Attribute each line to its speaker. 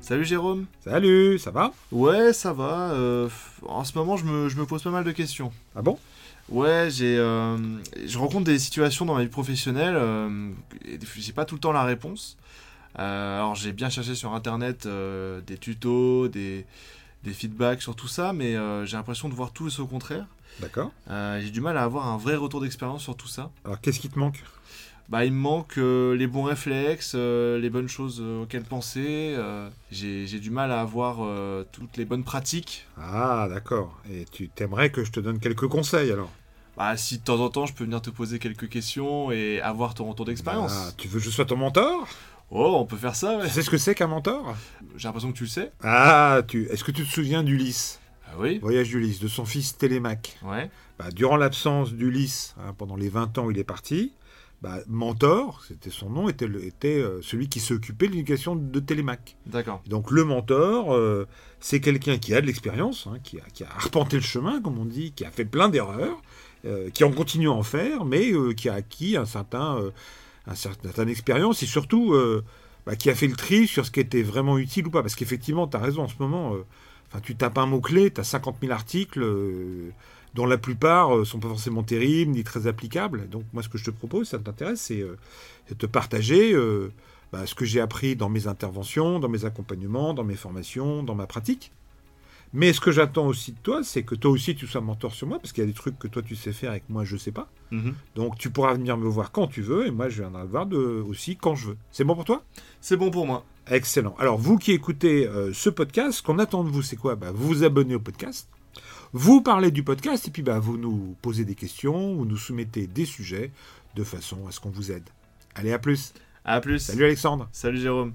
Speaker 1: Salut Jérôme.
Speaker 2: Salut, ça va
Speaker 1: Ouais, ça va. euh, en ce moment, je me, je me pose pas mal de questions.
Speaker 2: Ah bon
Speaker 1: Ouais, j'ai, euh, je rencontre des situations dans ma vie professionnelle. euh, et j'ai pas tout le temps la réponse. Euh, alors j'ai bien cherché sur internet euh, des tutos, des, des feedbacks sur tout ça, mais euh, j'ai l'impression de voir tout et ce contraire.
Speaker 2: D'accord.
Speaker 1: Euh, j'ai du mal à avoir un vrai retour d'expérience sur tout ça.
Speaker 2: Alors qu'est-ce qui te manque
Speaker 1: Bah, il me manque euh, les bons réflexes, euh, les bonnes choses euh, auxquelles penser. euh, j'ai j'ai du mal à avoir euh, toutes les bonnes pratiques.
Speaker 2: Ah d'accord. Et tu t'aimerais que je te donne quelques conseils alors
Speaker 1: Bah, si de temps en temps je peux venir te poser quelques questions et avoir ton retour d'expérience.
Speaker 2: Ah, tu veux que je sois ton mentor
Speaker 1: Oh, on peut faire ça, ouais.
Speaker 2: Tu sais ce que c'est qu'un mentor
Speaker 1: J'ai l'impression que tu le sais.
Speaker 2: Ah, tu. Est-ce que tu te souviens d'Ulysse
Speaker 1: Ah oui
Speaker 2: Voyage d'Ulysse, de son fils Télémaque.
Speaker 1: Ouais.
Speaker 2: Bah, durant l'absence d'Ulysse, hein, pendant les 20 ans où il est parti, bah, mentor, c'était son nom, était, le- était euh, celui qui s'occupait de l'éducation de Télémaque.
Speaker 1: D'accord.
Speaker 2: Donc le mentor, euh, c'est quelqu'un qui a de l'expérience, hein, qui, a, qui a arpenté le chemin, comme on dit, qui a fait plein d'erreurs, euh, qui en continue à en faire, mais euh, qui a acquis un certain, euh, un certain, certaine expérience et surtout euh, bah, qui a fait le tri sur ce qui était vraiment utile ou pas. Parce qu'effectivement, tu as raison, en ce moment, euh, enfin, tu tapes un mot-clé, tu as 50 000 articles, euh, dont la plupart euh, sont pas forcément terribles ni très applicables. Donc moi, ce que je te propose, ça t'intéresse, c'est euh, de te partager... euh, bah, ce que j'ai appris dans mes interventions, dans mes accompagnements, dans mes formations, dans ma pratique. Mais ce que j'attends aussi de toi, c'est que toi aussi tu sois mentor sur moi, parce qu'il y a des trucs que toi tu sais faire et que moi je sais pas.
Speaker 1: Mhm.
Speaker 2: Donc tu pourras venir me voir quand tu veux, et moi je viendrai te voir de- aussi quand je veux. C'est bon pour toi
Speaker 1: C'est bon pour moi.
Speaker 2: Excellent. Alors, vous qui écoutez euh, ce podcast, ce qu'on attend de vous, c'est quoi bah, Vous vous abonnez au podcast, vous parlez du podcast, et puis bah, vous nous posez des questions, vous nous soumettez des sujets, de façon à ce qu'on vous aide. Allez, à plus.
Speaker 1: À plus.
Speaker 2: Salut Alexandre.
Speaker 1: Salut Jérôme.